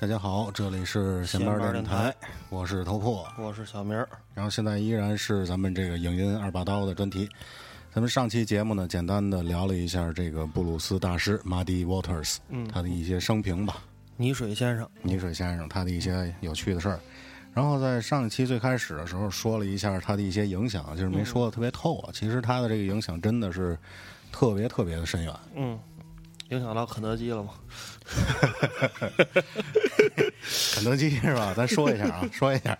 大家好，这里是闲班闲班电电台台，我是头破。我是小明儿，然后现在依然是咱们这个影音二把刀的专题。咱们上期节目呢，简单的聊了一下这个布鲁斯大师马蒂·沃特斯，嗯他的一些生平吧，泥水先生，泥水先生他的一些有趣的事儿。然后在上一期最开始的时候说了一下他的一些影响，就是嗯没说的特别透啊。其实他的这个影响真的是特别特别的深远。嗯，影响到肯德基了吗？肯德基是吧？咱说一下 啊，说一下，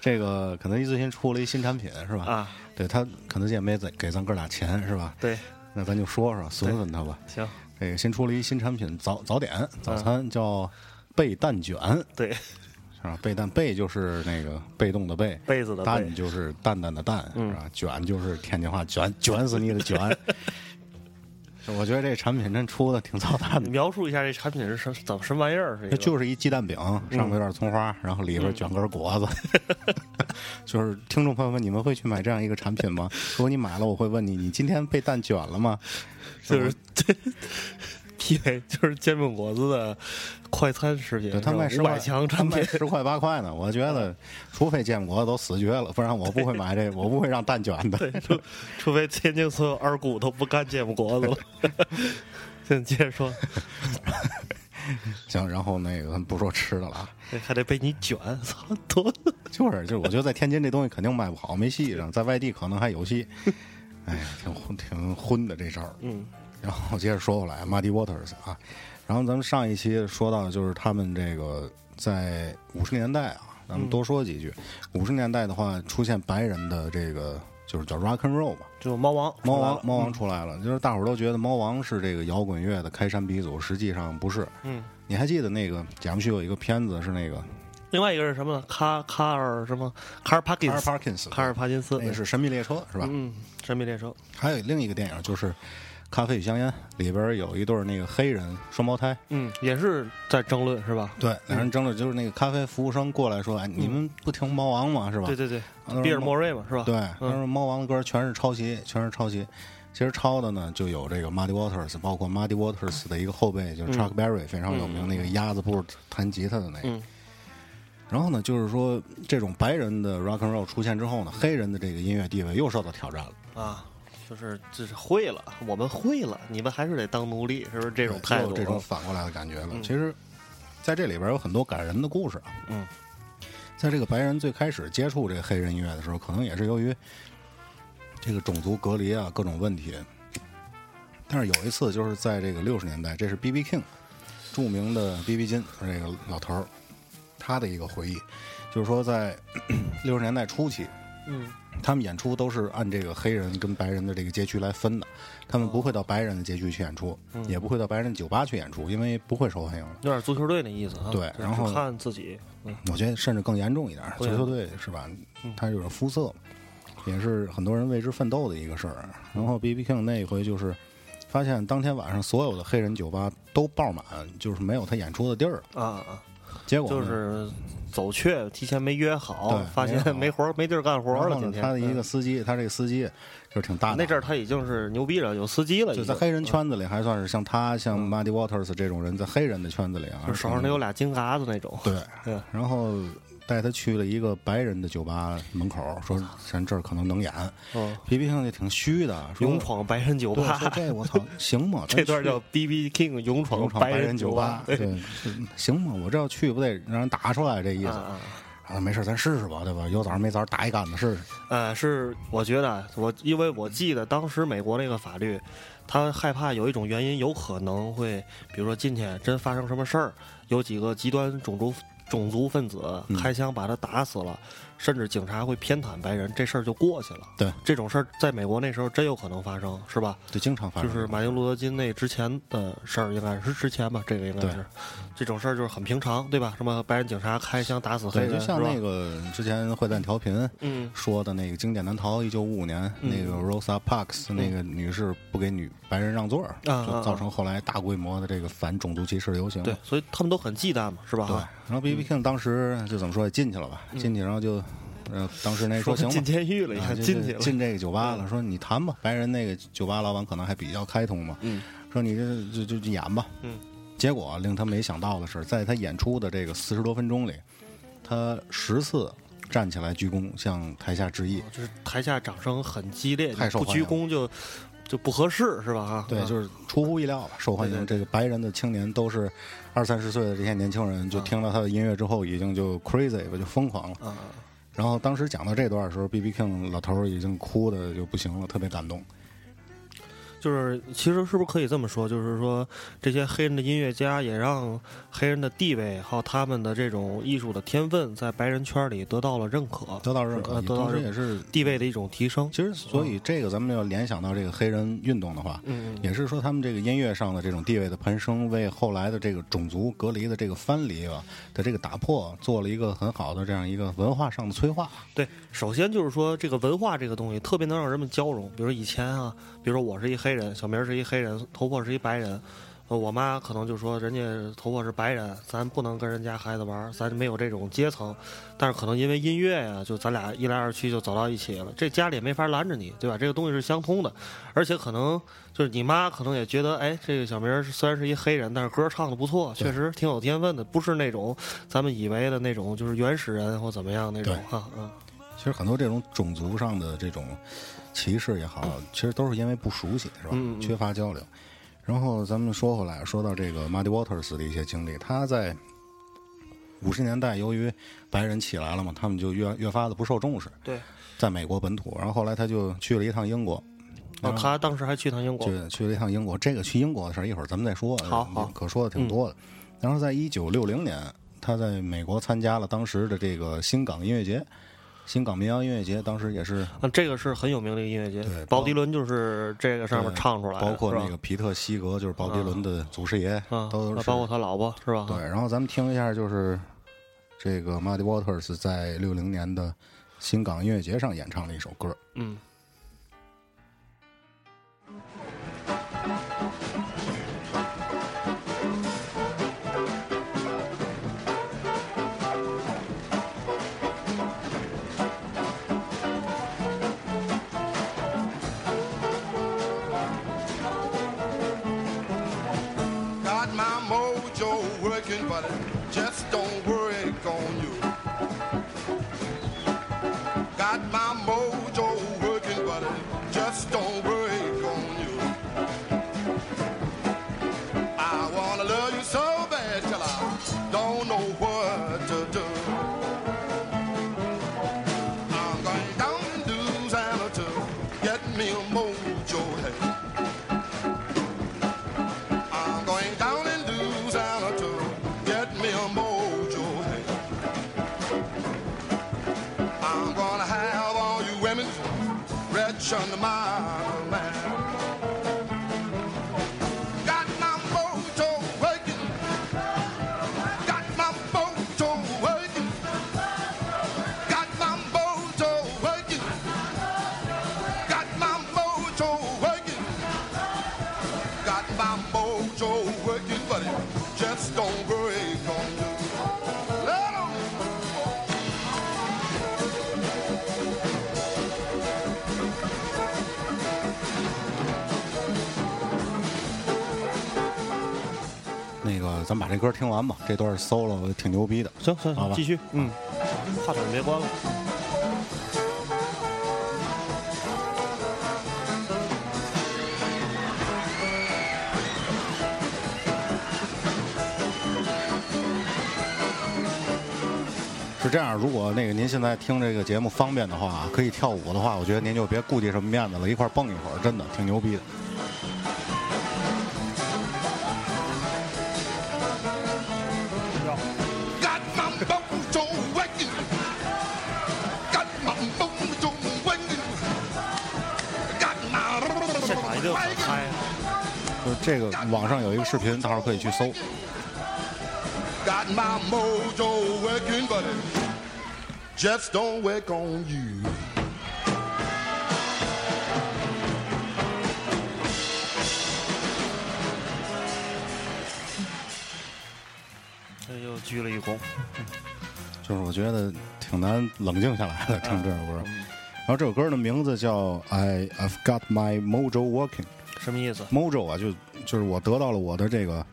这个肯德基最新出了一新产品是吧？啊，对他肯德基也没给给咱哥俩钱是吧？对，那咱就说说损损他吧。 行，这个新出了一新产品早早啊点早餐，叫贝蛋卷，对，是吧？贝蛋贝就是那个被动的被，被子的被嗯蛋就是蛋蛋的蛋，是吧？卷就是天津话卷，卷死你的 卷。我觉得这产品真出的挺操蛋你的，描述一下这产品是什怎么什么玩意儿？是一这个就是一鸡蛋饼，嗯上面有点葱花，然后里边卷根果子。 就是听众朋友们，你们会去买这样一个产品吗？如果你买了，我会问你，你今天被蛋卷了吗？就是这 PK 就是煎饼果子的快餐食品，对他卖十五块百，强他产卖品，十块八块呢。我觉 得，除非建国都死绝了，不然我不会买这，我不会让蛋卷的。除除非天津所有二姑都不干煎饼果子了。 现在接着说，行，然后那个咱不说吃的了啊，这哎还得被你卷，操多！就是就是，我觉得在天津这东西肯定卖不好，没戏。然后在外地可能还有 戏。哎，挺昏挺昏的这招。嗯。然后接着说回来，马蒂·沃特斯啊，然后咱们上一期说到的就是他们这个在五十年代啊，咱们多说几句。嗯五十、年代的话，出现白人的这个就是叫 rock and roll 嘛。就猫王，猫王出来了，嗯猫王出来了，就是大伙儿都觉得猫王是这个摇滚乐的开山鼻祖，实际上不是。嗯，你还记得那个贾木须有一个片子是那个另外一个是什么呢？卡卡尔什么？卡尔帕金卡尔斯，帕金斯，卡尔帕金斯，那是《神秘列车》是吧？嗯，神秘猎手，还有另一个电影就是《咖啡与香烟》，里边有一对儿那个黑人双胞胎，嗯，也是在争论是吧？对，两人争论，就是那个咖啡服务生过来说：“哎，你们不听猫王吗？是吧？”嗯对对对那是，比尔猫莫瑞嘛是吧？对，他嗯说猫王的歌全是抄袭，全是抄袭。其实抄的呢，就有这个 Muddy Waters，包括 Muddy Waters 的一个后辈，嗯就是 Chuck Berry，、非常有名那个鸭子步弹吉他的那个。嗯然后呢，就是说这种白人的 rock and roll 出现之后呢，黑人的这个音乐地位又受到挑战了，啊，就是就是会了，我们会了，你们还是得当奴隶，是不是这种态又度？有这种反过来的感觉了。其实，在这里边有很多感人的故事啊。嗯，在这个白人最开始接触这个黑人音乐的时候，可能也是由于这个种族隔离啊各种问题。但是有一次，就是在这个六十年代，这是 B.B. King 著名的 B.B. 金这个老头儿，他的一个回忆，就是说在六十年代初期，嗯，他们演出都是按这个黑人跟白人的这个街区来分的，他们不会到白人的街区去演出，嗯也不会到白人酒吧去演出，因为不会受欢迎了。有点足球队那意思啊。对就是然后只看自己，嗯我觉得甚至更严重一点，足对啊球队是吧？嗯他有点肤色嘛，也是很多人为之奋斗的一个事儿。然后 B.B. King 那一回就是发现当天晚上所有的黑人酒吧都爆满，就是没有他演出的地儿了。啊啊，结果呢就是走却，提前没约好对，发没约好现没活儿没地儿干活然儿了。后今呢，天他的一个嗯司机，他这个司机就是挺大胆的那阵儿他已经是牛逼了，有嗯司机了，就已在经黑人圈子里，还算是像他、像 Muddy Waters 这种人，在黑人的圈子里啊，就手上得有俩金嘎子那种。对。对，然后带他去了一个白人的酒吧门口，说咱这儿可能能演。嗯，皮皮上就挺虚的，说勇闯白人酒对，吧说，这我操，行吗？咱 这段去叫 B B King 勇勇闯闯白人酒吧，对，是行吗？我这要去不得让人打出来这意啊思。啊。啊，没事，咱试试吧，对吧？有枣没枣打一杆子试试。呃，是我觉得啊我，因为我记得当时美国那个法律，他害怕有一种原因，有可能会，比如说今天真发生什么事儿，有几个极端种族种族分子嗯开枪把他打死了，甚至警察会偏袒白人，这事儿就过去了。对，这种事儿在美国那时候真有可能发生，是吧？就经常发就生。是马丁·路德·金那之前的事儿，应该是之前吧，这个应该对是这种事儿就是很平常，对吧？什么白人警察开枪打死对，黑人，就像那个，个之前坏蛋调频嗯说的那个经典难逃，一九五五年那个 Rosa Parks 那个女士不给女白人让座儿，嗯啊啊就造成后来大规模的这个反种族歧视游行。对，所以他们都很忌惮嘛，是吧？嗯对，然后 B B King 当时就怎么说也进去了吧，进去然后就，呃，当时那说行吧，嗯进监狱了，也啊就进去了，嗯进这个酒吧了，说你谈吧，白人那个酒吧老板可能还比较开通嘛，嗯说你这就就就演吧，嗯，结果令他没想到的是，在他演出的这个四十多分钟里，他十次站起来鞠躬向台下致意，哦就是台下掌声很激烈，太受你不欢迎鞠躬就就不合适，是吧？啊，对，是就是出乎意料吧，受欢对对迎。这个白人的青年都是二三十岁的这些年轻嗯人，就听到他的音乐之后，已经就 crazy 吧，就疯狂了。啊，然后当时讲到这段的时候，B B King 老头儿已经哭的就不行了，特别感动。就是其实是不是可以这么说？就是说这些黑人的音乐家也让黑人的地位还有他们的这种艺术的天分在白人圈里得到了认可，得到认呃可，得到同时认也是，地位的一种提升。其实所以这个咱们要联想到这个黑人运动的话，嗯，也是说他们这个音乐上的这种地位的攀升，为后来的这个种族隔离的这个藩篱啊的这个打破，做了一个很好的这样一个文化上的催化。对，首先就是说这个文化这个东西特别能让人们交融。比如以前啊，比如说我是一黑人，小明是一黑人，头破是一白人。呃，我妈可能就说人家头发是白人，咱不能跟人家孩子玩儿，咱没有这种阶层。但是可能因为音乐呀、就咱俩一来二去就走到一起了，这家里也没法拦着你，对吧？这个东西是相通的，而且可能就是你妈可能也觉得，哎，这个小明儿虽然是一黑人，但是歌唱的不错，确实挺有天分的，不是那种咱们以为的那种就是原始人或怎么样那种哈，嗯。其实很多这种种族上的这种歧视也好，其实都是因为不熟悉，是吧？嗯嗯嗯缺乏交流。然后咱们说回来，说到这个 Muddy Waters 的一些经历，他在五十年代由于白人起来了嘛，他们就越越发的不受重视，对，在美国本土。然后后来他就去了一趟英国，啊哦，他当时还去趟英国，去去了一趟英国。这个去英国的事儿一会儿咱们再说，好好嗯可说的挺多的。然后在一九六零年，他在美国参加了当时的这个新港音乐节，新港民谣音乐节，当时也是啊，这个是很有名的一个音乐节对，鲍包迪伦就是这个上面对唱出来的，包括是吧那个皮特·希格，就是鲍迪伦的祖师爷，啊，都那啊是包括他老婆是吧？对。然后咱们听一下，就是这个 Muddy Waters 在六零年的新港音乐节上演唱了一首歌。嗯。 Got my mojo working, but it just don't work on you. Got my mojo working, but it just don't work on you. I wanna love you so bad till I don't know what to do. I'm going down in Louisiana to get me a mojo. Hey. I'm going down in Louisiana to get me a mojo. hey. I'm gonna have all you women rich under my command. Got my mojo working. Got my mojo working. Got my mojo working. Got my mojo working got my mojo working, but it just don't break on you. Let 'em. 那个，咱们把这歌听完吧，这段 solo 挺牛逼的。行行好行，吧继续，嗯，话筒别关了。是这样，如果那个您现在听这个节目方便的话，啊可以跳舞的话，我觉得您就别顾忌什么面子了，一块儿蹦一会儿，真的挺牛逼的。 Got my 定很嗨。就是这个网上有一个视频，到时候可以去搜。 Got my mojo working, but it just don't work on you. 这哎又鞠了一躬。就是我觉得挺难冷静下来的，听这首歌。然后这首歌的名字叫《I I've Got My Mojo Working》什么意思？ ，Mojo 啊，就就是我得到了我的这个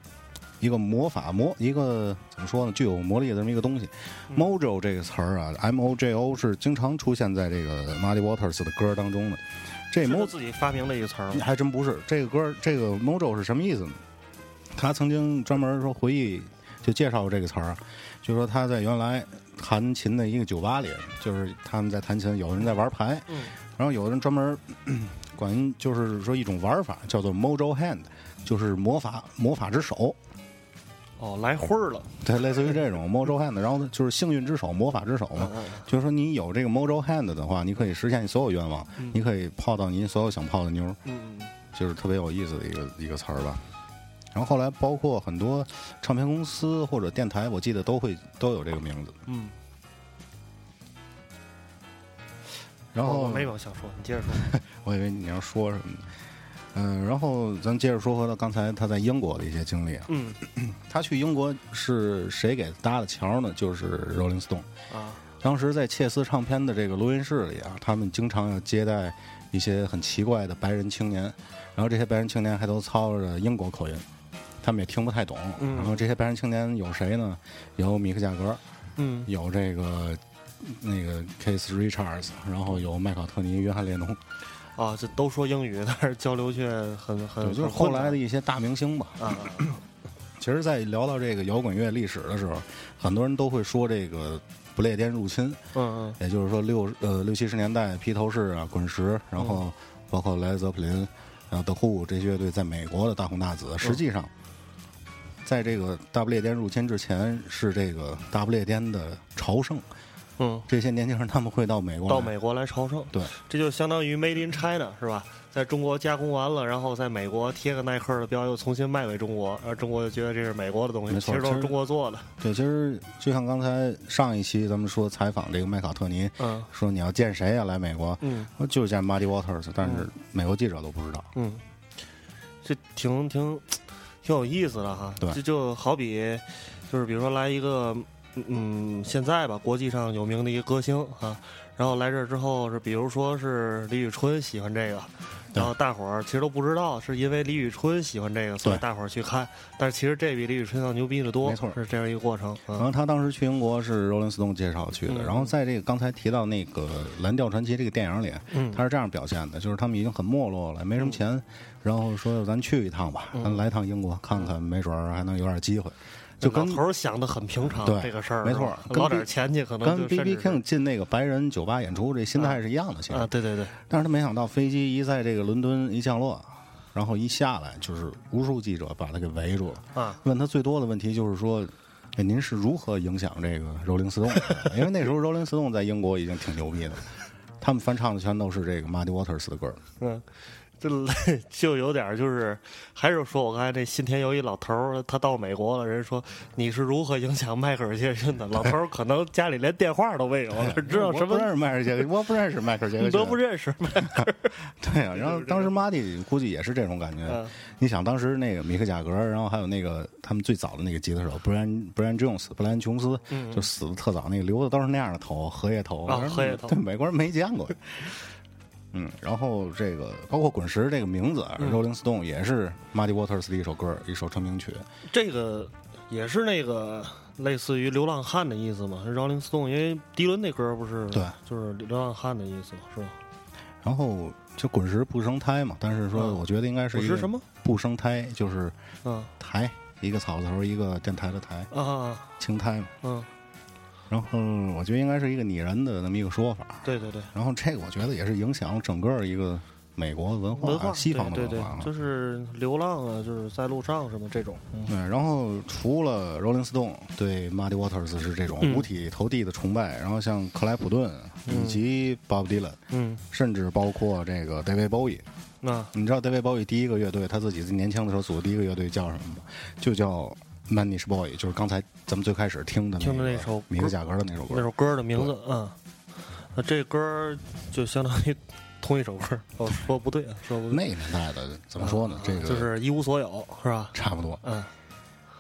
一个魔法魔一个怎么说呢，具有魔力的这么一个东西。Mojo 这个词儿啊，M O J O 是经常出现在这个 Muddy Waters 的歌当中的。这是 Mojo 他自己发明的一个词儿吗，还真不是。这个歌，这个 mojo 是什么意思呢？他曾经专门说回忆，就介绍过这个词儿，啊就说他在原来弹琴的一个酒吧里，就是他们在弹琴，有人在玩牌，然后有人专门咳管，就是说一种玩法叫做 mojo hand，就是魔法魔法之手，哦，来灰儿了。对，类似于这种 mojo hand，然后就是幸运之手、魔法之手嗯嘛，就是说你有这个 mojo hand 的话，你可以实现你所有愿望，你可以泡到你所有想泡的妞，嗯，就是特别有意思的一个一个词儿吧。然后后来包括很多唱片公司或者电台，我记得都会都有这个名字。嗯，然后哦我没有想说，你接着说。我以为你要说什么呢。嗯、然后咱接着说回到刚才他在英国的一些经历啊。嗯 他去英国是谁给搭的桥呢？就是 Rolling Stone。啊，当时在切斯唱片的这个录音室里啊，他们经常要接待一些很奇怪的白人青年，然后这些白人青年还都操着英国口音，他们也听不太懂。嗯然后这些白人青年有谁呢？有米克·贾格，嗯，有这个那个 Keith Richards，然后有麦考特尼、约翰列侬，啊，这都说英语，但是交流却很很对，就是很后困来的难一些大明星吧。啊，其实，在聊到这个摇滚乐历史的时候，很多人都会说这个不列颠入侵。嗯也就是说六呃六七十年代披头士啊、滚石，然后嗯包括莱泽普林，然后德库这些乐队在美国的大红大嗯紫。实际上，在这个大不列颠入侵之前，是这个大不列颠的朝圣，嗯嗯，这些年轻人他们会到美国来到美国来朝圣，对这就相当于 Made in China 是吧？在中国加工完了，然后在美国贴个耐克的标，又重新卖给中国，而中国就觉得这是美国的东西，没其错实其都是实中国做的。对，其实就像刚才上一期咱们说采访这个麦卡特尼，嗯说你要见谁啊来美国，嗯我就见 Muddy Waters，但是美国记者都不知道。嗯，这挺挺挺有意思的哈。对这就好比就是比如说来一个嗯，现在吧，国际上有名的一个歌星啊，然后来这儿之后是比如说是李宇春喜欢这个。然后大伙儿其实都不知道，是因为李宇春喜欢这个，所以对大伙儿去看。但是其实这比李宇春要牛逼的多，没错啊是这样一个过程。然嗯后他当时去英国是 Rolling Stone 介绍去的，嗯然后在这个刚才提到那个《蓝调传奇》这个电影里，嗯他是这样表现的，就是他们已经很没落了，没什么钱，然后说咱去一趟吧，嗯咱来趟英国看看，没准儿还能有点机会，就跟老头儿想的很平常，对这个事儿没错是吧跟捞点 B- 钱去可能跟就 B 甚 B 至是 King 进那个白人酒吧演出这心态是一样的，其实啊，，对对对，但是他没想到飞机一在这个伦敦一降落。然后一下来，就是无数记者把他给围住了。啊问他最多的问题就是说，哎，您是如何影响这个柔灵斯动的？ 因为那时候柔灵斯动在英国已经挺牛逼的，他们翻唱的全都是这个 Muddy Waters 的歌儿。嗯，这 就有点儿就是，还是说我刚才这新田有一老头儿，他到美国了，人家说你是如何影响迈克尔杰克逊的？老头儿可能家里连电话都没有，只知道什我不么认识迈克尔杰克，我不认识迈克尔杰克你逊，啊都不认识。 对啊，然后当时 Muddy 估计也是这种感觉。嗯你想，当时那个米克贾格，然后还有那个他们最早的那个吉他手布兰布兰琼斯，布兰琼斯就死的特早，那个留的都是那样的头，荷叶头，啊然后嗯荷叶头 对美国人没见过。嗯，然后这个包括滚石这个名字、r 嗯 o l l i n g Stone 也是 Muddy Waters 的一首歌，一首成名曲。这个也是那个类似于流浪汉的意思嘛，Rolling Stone，因为迪伦那歌儿不是对就是流浪汉的意思嘛，是吧？然后就滚石不生胎嘛，但是说嗯我觉得应该是滚一石个什么不生胎，就是嗯台一个草字头一个电台的台，啊啊青苔嘛。嗯，然后我觉得应该是一个拟人的那么一个说法。对对对，然后这个我觉得也是影响整个一个美国文化、文化，西方的啊对文对化对，就嘛。是流浪啊，就是在路上什么这种，嗯对，然后除了 Rolling Stone 对 Muddy Waters 是这种五体投地的崇拜，然后像克莱普顿以及 Bob Dylan，嗯，甚至包括这个 David Bowie。那你知道 David Bowie 第一个乐队他自己年轻的时候组的第一个乐队叫什么吗？就叫 Manish Boy，就是刚才咱们最开始听的听的那那首米克歌贾格的那首歌。那首歌的名字啊，那这歌儿就相当于 同一首歌儿。哦，说不对啊，说不对，那个年代的怎么说呢？这个就是一无所有，是吧？差不多。嗯，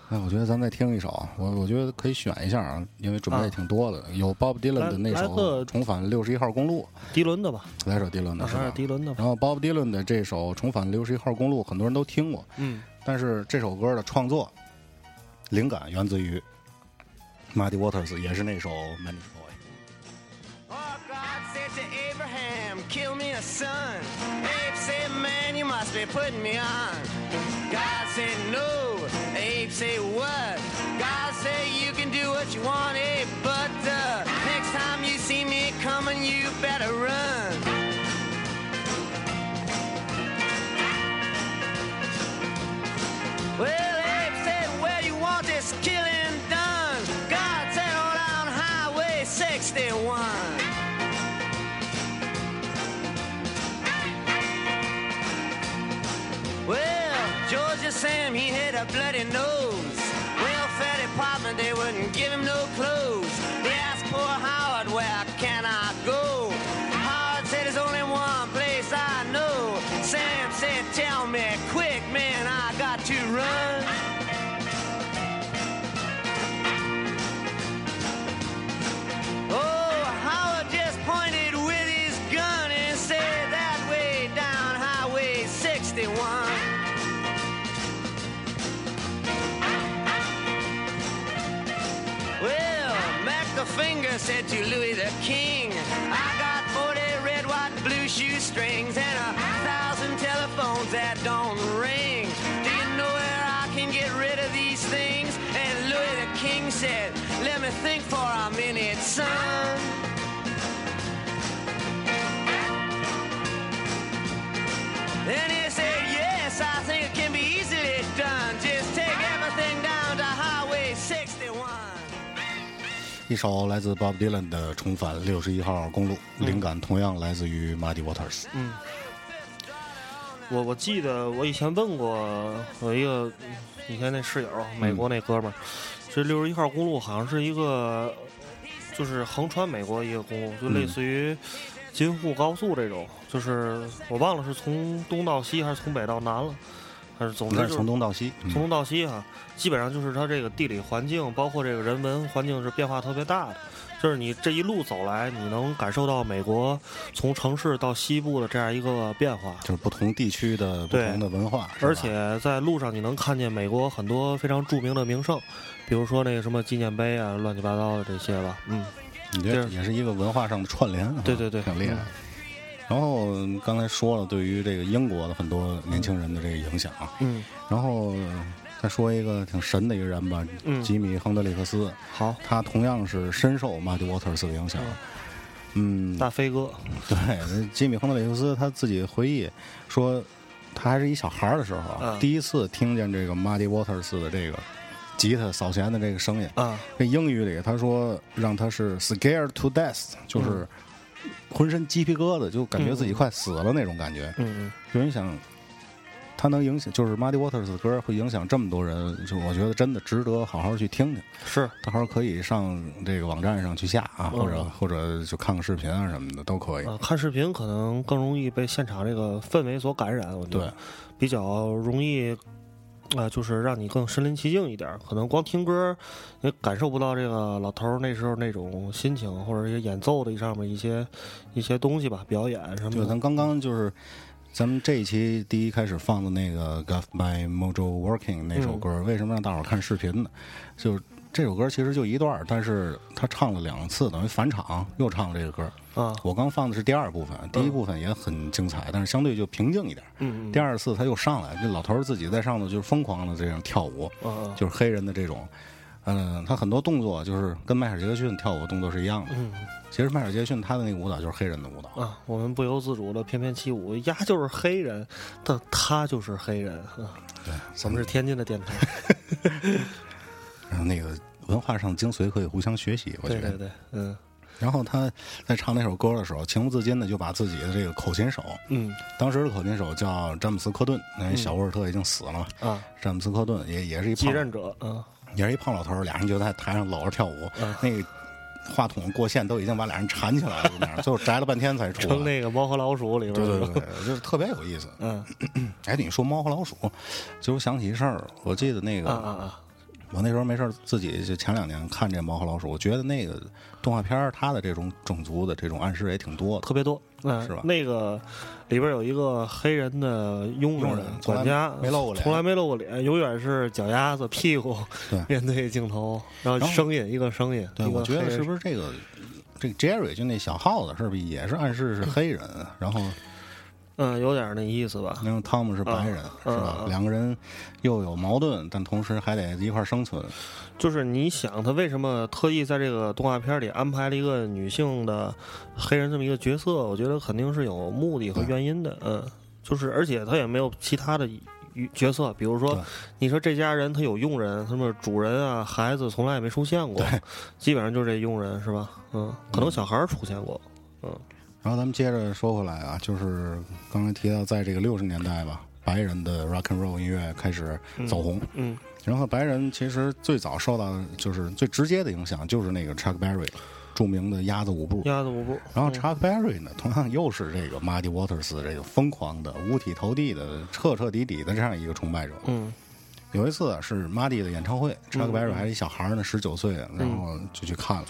那哎我觉得咱再听一首啊，我我觉得可以选一下啊，因为准备也挺多的，有 Bob Dylan 的那来来首个《重返六十一号公路迪伦的吧，》，来首迪伦的啊是还是吧？迪伦的吧？然后 Bob Dylan 的这首《重返六十一号公路》，很多人都听过，嗯，但是这首歌的创作灵感源自于 Muddy Waters，也是那首《Manish Boy》。 Oh, God said to Abraham, kill me a son. Abe said, man, you must be putting me on. God said, no. Abe said, what? God said, you can do what you want, Abe, but uh, next time you see me coming, you better run. Well, Abe said, where you want this killing done? God said, on down Highway 61. Well, Georgia Sam, he had a bloody nose. Welfare department, they wouldn't give him no clothes. They asked poor Howard, where can I go? Howard said, there's only one place I know. Sam said, tell me quick, man, I got to run. Oh, Howard just pointed with his gun and said that way down Highway 61. Well, Mac the Finger said to Louis the King, I got 40 red, white, blue shoestrings and a thousand telephones that don't ring. Do you know where I can get rid of these things? And Louis the King said, Let me think for a minute, son. Then he said, Yes, I think it can be easily done. Just take everything down to Highway 61. 一首来自 Bob Dylan 的《重返六十一号公路》，嗯灵感同样来自于 Muddy Waters。我我记得我以前问过我一个以前那室友，美国那哥们儿，这六十一号公路好像是一个就是横穿美国一个公路，就嗯类似于京沪高速这种，就是我忘了是从东到西还是从北到南了，还是总之那就是从东到西，从东到西啊，基本上就是它这个地理环境，包括这个人文环境是变化特别大的。就是你这一路走来，你能感受到美国从城市到西部的这样一个变化，就是不同地区的不对同的文化，是吧而且在路上你能看见美国很多非常著名的名胜，比如说那个什么纪念碑啊，乱七八糟的这些吧。嗯，你觉得就是也是一个文化上的串联啊，对对对嗯挺厉害。然后刚才说了，对于这个英国的很多年轻人的这个影响，啊嗯，然后再说一个挺神的一个人吧，嗯吉米·亨德里克斯，好，他同样是深受 Muddy Waters 的影响。嗯，大飞哥，对，吉米·亨德里克斯他自己回忆说，他还是一小孩儿的时候啊，嗯第一次听见这个 Muddy Waters 的这个吉他扫弦的这个声音啊，这英语里他说让他是 scared to death，就是嗯浑身鸡皮疙瘩，就感觉自己快死了那种感觉。嗯有人想，他能影响，就是 Muddy Waters 的歌会影响这么多人，就我觉得真的值得好好去听听。嗯，是，到时候可以上这个网站上去下啊，嗯或者或者就看看视频啊什么的都可以。啊，看视频可能更容易被现场这个氛围所感染，我觉得对比较容易啊、就是让你更身临其境一点儿。可能光听歌儿，也感受不到这个老头儿那时候那种心情，或者一些演奏的上面一些一些东西吧，表演什就么的咱。刚刚就是，咱们这一期第一开始放的那个《Got My Mojo Working》那首歌，嗯为什么让大伙儿看视频呢？就是这首歌其实就一段儿，但是他唱了两次，等于返场又唱了这个歌。啊我刚放的是第二部分，第一部分也很精彩，但是相对就平静一点。嗯第二次他又上来，这老头儿自己在上头就是疯狂的这样跳舞，嗯嗯就是黑人的这种。嗯，他很多动作就是跟迈克尔·杰克逊跳舞动作是一样的。其实迈克尔·杰克逊他的那个舞蹈就是黑人的舞蹈，嗯啊，我们不由自主的翩翩起舞，丫就是黑人，但他就是黑人啊。我们是天津的电台，然后那个文化上精髓可以互相学习，我觉对得。对对，嗯然后他在唱那首歌的时候，情不自禁的就把自己的这个口琴手，嗯当时的口琴手叫詹姆斯·科顿，那人小沃尔特已经死了嘛，啊，詹姆斯·科顿也也是一继胖任者啊，也是一胖老头儿，俩人就在台上搂着跳舞，那个话筒过线都已经把俩人缠起来了， 那样最后摘了半天才出成来。那个《猫和老鼠》里边对儿对是对吧，对，就是特别有意思。嗯哎，你说猫和老鼠，就我想起一事儿，我记得那个、啊啊啊，我那时候没事儿，自己就前两年看这《猫和老鼠》，我觉得那个动画片儿它的这种种族的这种暗示也挺多的，特别多，嗯是吧那个里边有一个黑人的佣佣人人从来管家，没露过脸从来没露过脸，永远是脚丫子、屁股对面对镜头，然然后后声音一个声音，对，一个我觉得黑是人不是这个这个 Jerry 就那小耗子是不是也是暗示是黑人，然后嗯有点那意思吧？然后汤姆是白人、嗯是吧、嗯嗯两个人又有矛盾，但同时还得一块儿生存。就是你想他为什么特意在这个动画片里安排了一个女性的黑人这么一个角色？我觉得肯定是有目的和原因的。嗯，就是而且他也没有其他的与角色，比如说对你说这家人他有佣人，他们主人啊孩子从来也没出现过，基本上就是这佣人是吧？嗯，可能小孩儿出现过。然后咱们接着说回来啊，就是刚才提到，在这个六十年代吧，白人的 rock and roll 音乐开始走红。嗯，然后白人其实最早受到的就是最直接的影响，就是那个 Chuck Berry，著名的鸭子舞步。鸭子舞步，然后 Chuck Berry 呢， 同样又是这个 Muddy Waters 这个疯狂的、五体投地的、彻彻底底的这样一个崇拜者。嗯，有一次啊是 Muddy 的演唱会，Chuck Berry 还是一小孩儿呢，十九岁，然后就去看了。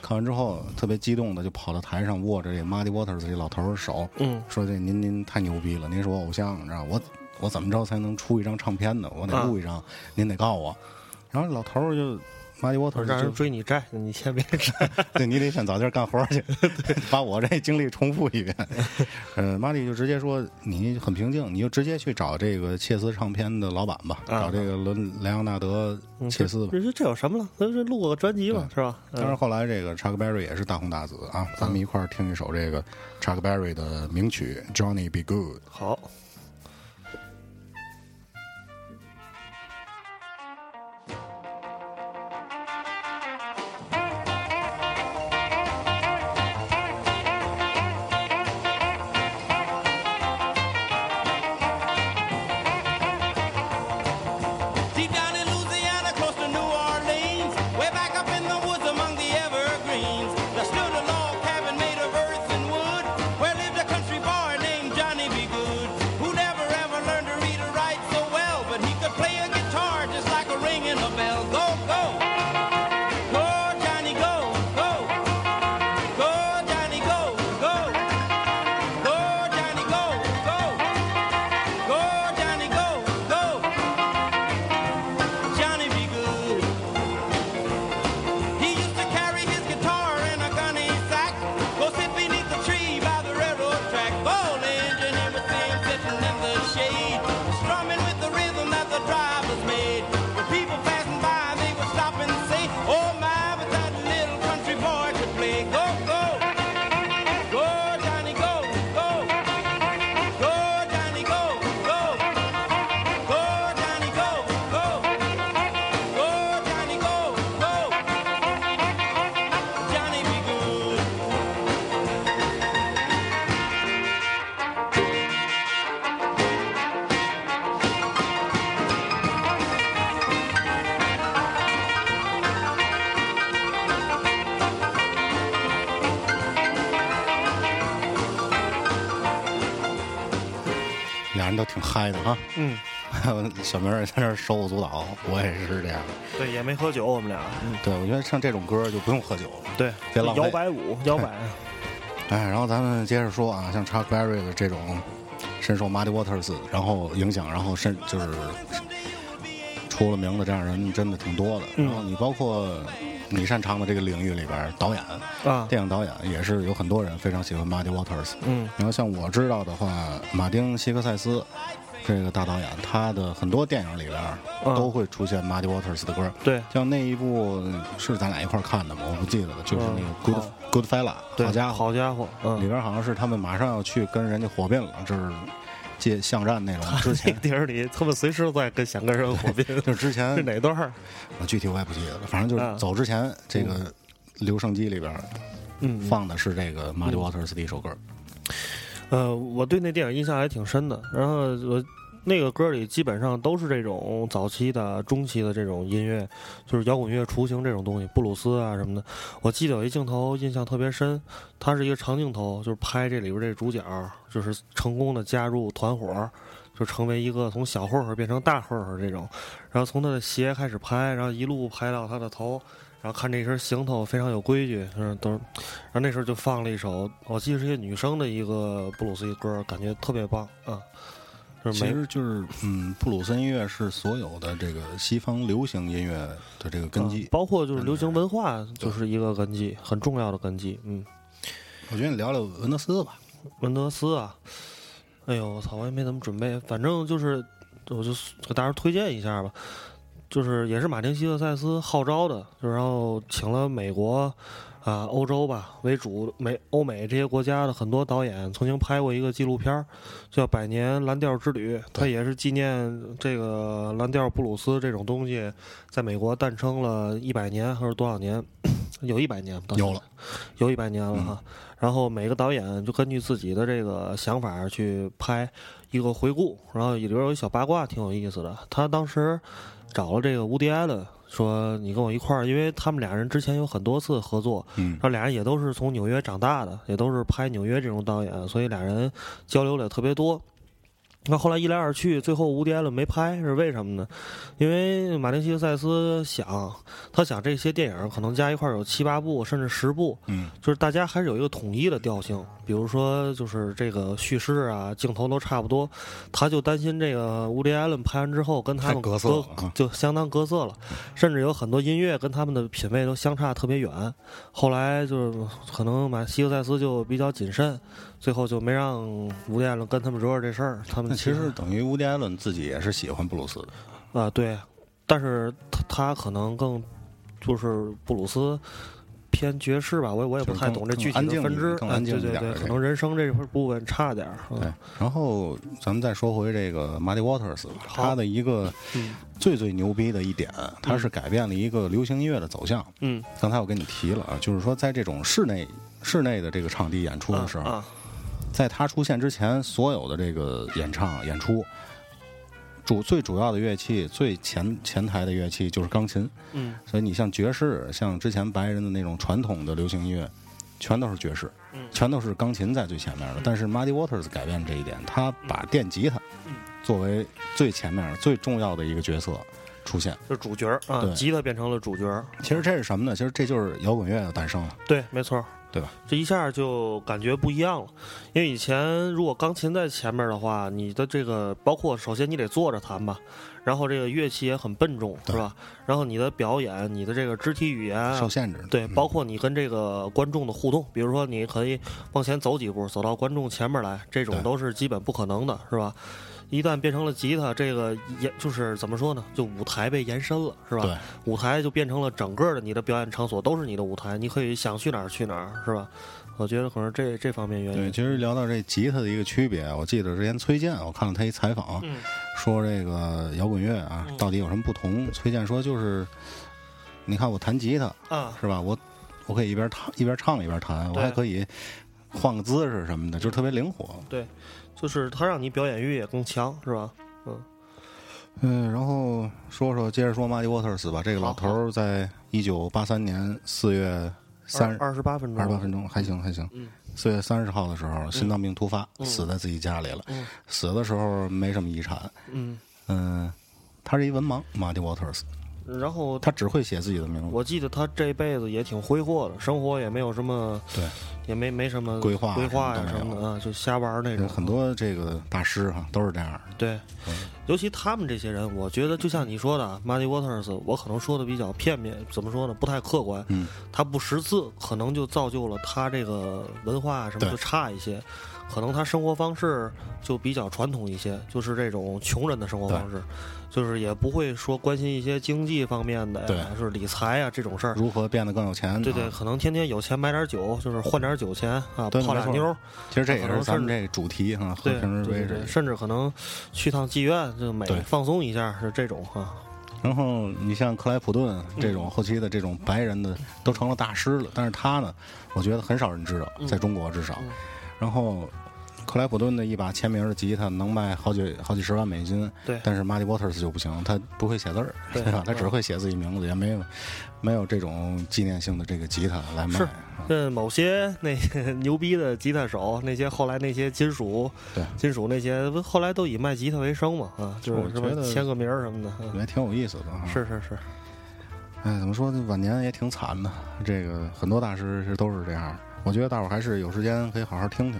看完之后特别激动的就跑到台上握着这 Muddy Waters 这老头儿的手，嗯，说这您您太牛逼了，您是我偶像，你知道我我怎么着才能出一张唱片呢？我得啊录一张，您得告我。然后老头儿就 Muddy 我 Waters 让就人追你债，你先别 债。 对你得先早点干活 去，把我这经历重复一遍。 呃，玛丽就直接说你很平静，你就直接去找这个切斯唱片的老板吧，啊嗯找这个伦莱昂纳德切斯吧。这这这有什么了？咱这录个专辑吧，是吧？嗯当然，后来这个 Chuck Berry 也是大红大紫啊，咱们一块儿听一首这个 Chuck Berry 的名曲《Johnny Be Good》。好， Deep down in Louisiana, close to New Orleans, way back up in the woods among the evergreens, there stood a log cabin made of earth and wood, where lived a country boy named Johnny B. Good, who never ever learned to read or write so well, but he could play a guitar just like a ring in a bell. Go, go, go, Johnny, go, go, go, Johnny, go, go, go, Johnny, go, go, go, Johnny, go, go. Johnny be good. He used to carry his guitar in a gunny sack. Go sit beneath the tree by the railroad track. Bowling and everything sitting in the shade. Strumming with the rhythm that the drivers made. When people passing by, they would stop and say, Oh my, but that little country boy could play. Go, go. Go, Johnny, go, go. Go, Johnny, go, go. Go, Johnny, go, go. Go, Johnny, go, go. Johnny, be good. 俩人都挺嗨的哈，嗯，小明儿也在那儿手舞足蹈，我也是这样。对，也没喝酒，我们俩。嗯。对，我觉得唱这种歌就不用喝酒了。对，别浪费摇摆舞，摇摆，哎，然后咱们接着说啊，像 Chuck Berry 的这种深受 Muddy Waters 然后影响，然后甚嗯就是出了名的这样人真的挺多的。然后你包括你擅长的这个领域里边，导演啊电影导演也是有很多人非常喜欢 Muddy Waters。嗯，然后像我知道的话，马丁·西克塞斯这个大导演，他的很多电影里边嗯都会出现 Muddy Waters 的歌。对像那一部是咱俩一块儿看的吗？我不记得了，就是那个嗯 Good、好 Good Fella，对，好家伙，好家伙，里嗯，边好像是他们马上要去跟人家火并了，就是借巷战 那种。之那前个电影里他们随时都在跟想跟人 火拼，就是之前是哪段儿？啊具体我也不记得了，反正就是嗯走之前，这个留声机里边嗯，放的是这个 Muddy Waters 的一首歌。呃，我对那电影印象还挺深的。然后我那个歌里基本上都是这种早期的、中期的这种音乐，就是摇滚乐雏形这种东西，布鲁斯啊什么的。我记得有一镜头印象特别深，它是一个长镜头，就是拍这里边这主角就是成功的加入团伙。就成为一个从小混混变成大混混这种，然后从他的鞋开始拍，然后一路拍到他的头，然后看这身行头非常有规矩，嗯，都是然后那时候就放了一首，我记得是一个女生的一个布鲁斯一歌，感觉特别棒啊。就是其 没实就是，嗯，布鲁斯音乐是所有的这个西方流行音乐的这个根基嗯啊。包括就是流行文化，就是一个根基，很重要的根基。嗯，我觉得你聊聊文德斯吧，文德斯啊，哎呦我操，我也没怎么准备，反正就是我就给大家推荐一下吧，就是也是马丁·希克塞斯号召的，就然后请了美国。啊，欧洲吧为主，美欧美这些国家的很多导演曾经拍过一个纪录片儿，叫《百年蓝调之旅》，它也是纪念这个蓝调布鲁斯这种东西在美国诞生了一百年还是多少年，有一百年吧，有了，嗯有一百年了哈。然后每个导演就根据自己的这个想法去拍一个回顾，然后里边有一小八卦挺有意思的。他当时找了这个乌迪埃伦说：“你跟我一块儿，因为他们俩人之前有很多次合作，嗯然，后俩人也都是从纽约长大的，也都是拍纽约这种导演，所以俩人交流的也特别多。那后来一来二去，最后无迪艾伦没拍是为什么呢？因为马丁·希克塞斯想，他想这些电影可能加一块儿有七八部甚至十部，嗯，就是大家还是有一个统一的调性。比如说，就是这个叙事啊、镜头都差不多，他就担心这个无迪艾伦拍完之后跟他们太隔隔色了啊嗯就相当隔色了，甚至有很多音乐跟他们的品味都相差特别远。后来就是可能马希克塞斯就比较谨慎，最后就没让吴迪艾伦跟他们惹惹这事儿。他们那其实等于乌迪艾伦自己也是喜欢布鲁斯的，啊，对，但是他他可能更就是布鲁斯偏爵士吧，我也我也不就是太更懂这具更安体的静分一支，更啊安静一对对点儿对，的可能人声这部分差点儿。嗯对，然后咱们再说回这个 Muddy Waters 吧，好他的一个嗯最最牛逼的一点，他是改变了一个流行音乐的走向。嗯，刚才我跟你提了啊，就是说在这种室内室内的这个场地演出的时啊候，啊在他出现之前，所有的这个演唱演出。主最主要的乐器，最前前台的乐器就是钢琴，嗯所以你像爵士，像之前白人的那种传统的流行音乐，全都是爵士，全都是钢琴在最前面的。但是 Muddy Waters 改变这一点，他把电吉他作为最前面最重要的一个角色出现。就是主角儿啊对，吉他变成了主角儿。其实这是什么呢？其实这就是摇滚乐的诞生了，对，没错儿，对吧？这一下就感觉不一样了，因为以前如果钢琴在前面的话，你的这个包括首先你得坐着弹吧，然后这个乐器也很笨重，是吧？然后你的表演、你的这个肢体语言啊受限制。对，包括你跟这个观众的互动，比如说你可以往前走几步，走到观众前面来，这种对都是基本不可能的，是吧？一旦变成了吉他，这个也就是怎么说呢？就舞台被延伸了，是吧？对舞台就变成了整个的你的表演场所都是你的舞台，你可以想去哪儿去哪儿，是吧？我觉得可能这这方面原对，因。其实聊到这吉他的一个区别，我记得之前崔健，我看了他一采访，嗯说这个摇滚乐啊到底有什么不同？崔健说就是，你看我弹吉他，啊，是吧？我我可以一边弹一边唱一边弹，我对还可以换个姿势什么的，就是特别灵活。对，就是它让你表演欲也更强，是吧？嗯，嗯，然后说说接着说 Muddy Waters 吧，这个老头儿在一九八三年四月三二十嗯八分钟，二十八分钟，还行还行。四月三十号的时候，心嗯脏病突发，死在自己家里了。死的时候没什么遗产。嗯，嗯，他是一文盲，Muddy Waters，然后他只会写自己的名字。我记得他这辈子也挺挥霍的，生活也没有什么对也没没什么规划规划呀什么都什没有么的啊，就瞎玩儿那种。很嗯多这个大师哈、都是这样的。对，尤其他们这些人，我觉得就像你说的啊，Muddy Waters，我可能说的比较片面，怎么说呢？不太客观。嗯，他不识字，可能就造就了他这个文化啊什么对就差一些，可能他生活方式就比较传统一些，就是这种穷人的生活方式，就是也不会说关心一些经济方面的呀，对是理财啊这种事儿。如何变得更有钱？对对，啊可能天天有钱买点酒，就是换点酒钱啊，对泡没俩错妞儿。其实这也可是能咱们甚至这个主题哈，和对平时对为对，止。甚至可能去趟妓院，就美对放松一下，是这种啊哈。然后你像克莱普嗯顿这种后期的这种白人的都成了大师了，但是他呢，我觉得很少人知道，嗯在中国至少。然后克莱普顿的一把签名的吉他能卖好几好几十万美金，对但是 Muddy Waters 就不行，他不会写字儿，对吧？他只嗯会写自己名字，也没有没有这种纪念性的这个吉他来卖是。嗯这某些那些牛逼的吉他手，那些后来那些金属，对金属那些后来都以卖吉他为生嘛啊，就我是什觉么得签个名儿什么的，啊也挺有意思的啊。是是是，哎，怎么说呢？晚年也挺惨的。这个很多大师是都是这样。我觉得大伙儿还是有时间可以好好听听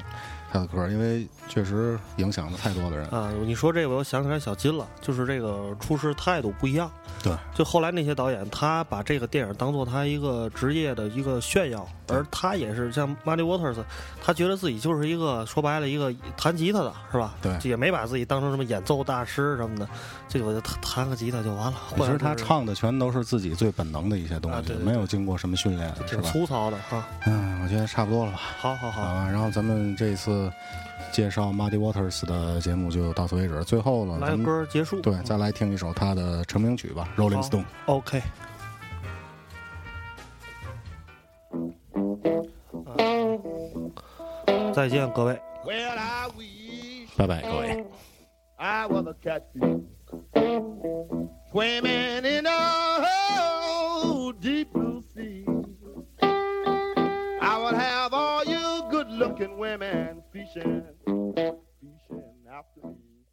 他的歌，因为确实影响了太多的人。啊，你说这个，我又想起来小金了，就是这个处事态度不一样。对，就后来那些导演，他把这个电影当做他一个职业的一个炫耀，而他也是像 Muddy Waters，他觉得自己就是一个说白了一个弹吉他的是吧？对就也没把自己当成什么演奏大师什么的，这个我就弹弹个吉他就完了。其或者实他是唱的全都是自己最本能的一些东西，啊对对对没有经过什么训练，是挺吧？粗糙的啊，嗯，我觉得差不多了吧。好好好，啊，然后咱们这次介绍 Muddy Waters 的节目就到此为止。最后呢，来咱个们歌儿结束。对，再来听一首他的成名曲吧，《Rolling 好 Stone》。 OK。再见，各位。 Well, I wish 拜拜，各位。 I was a catfish swimming in a deep blue sea. I would have all you good-looking women fishing, fishing after me.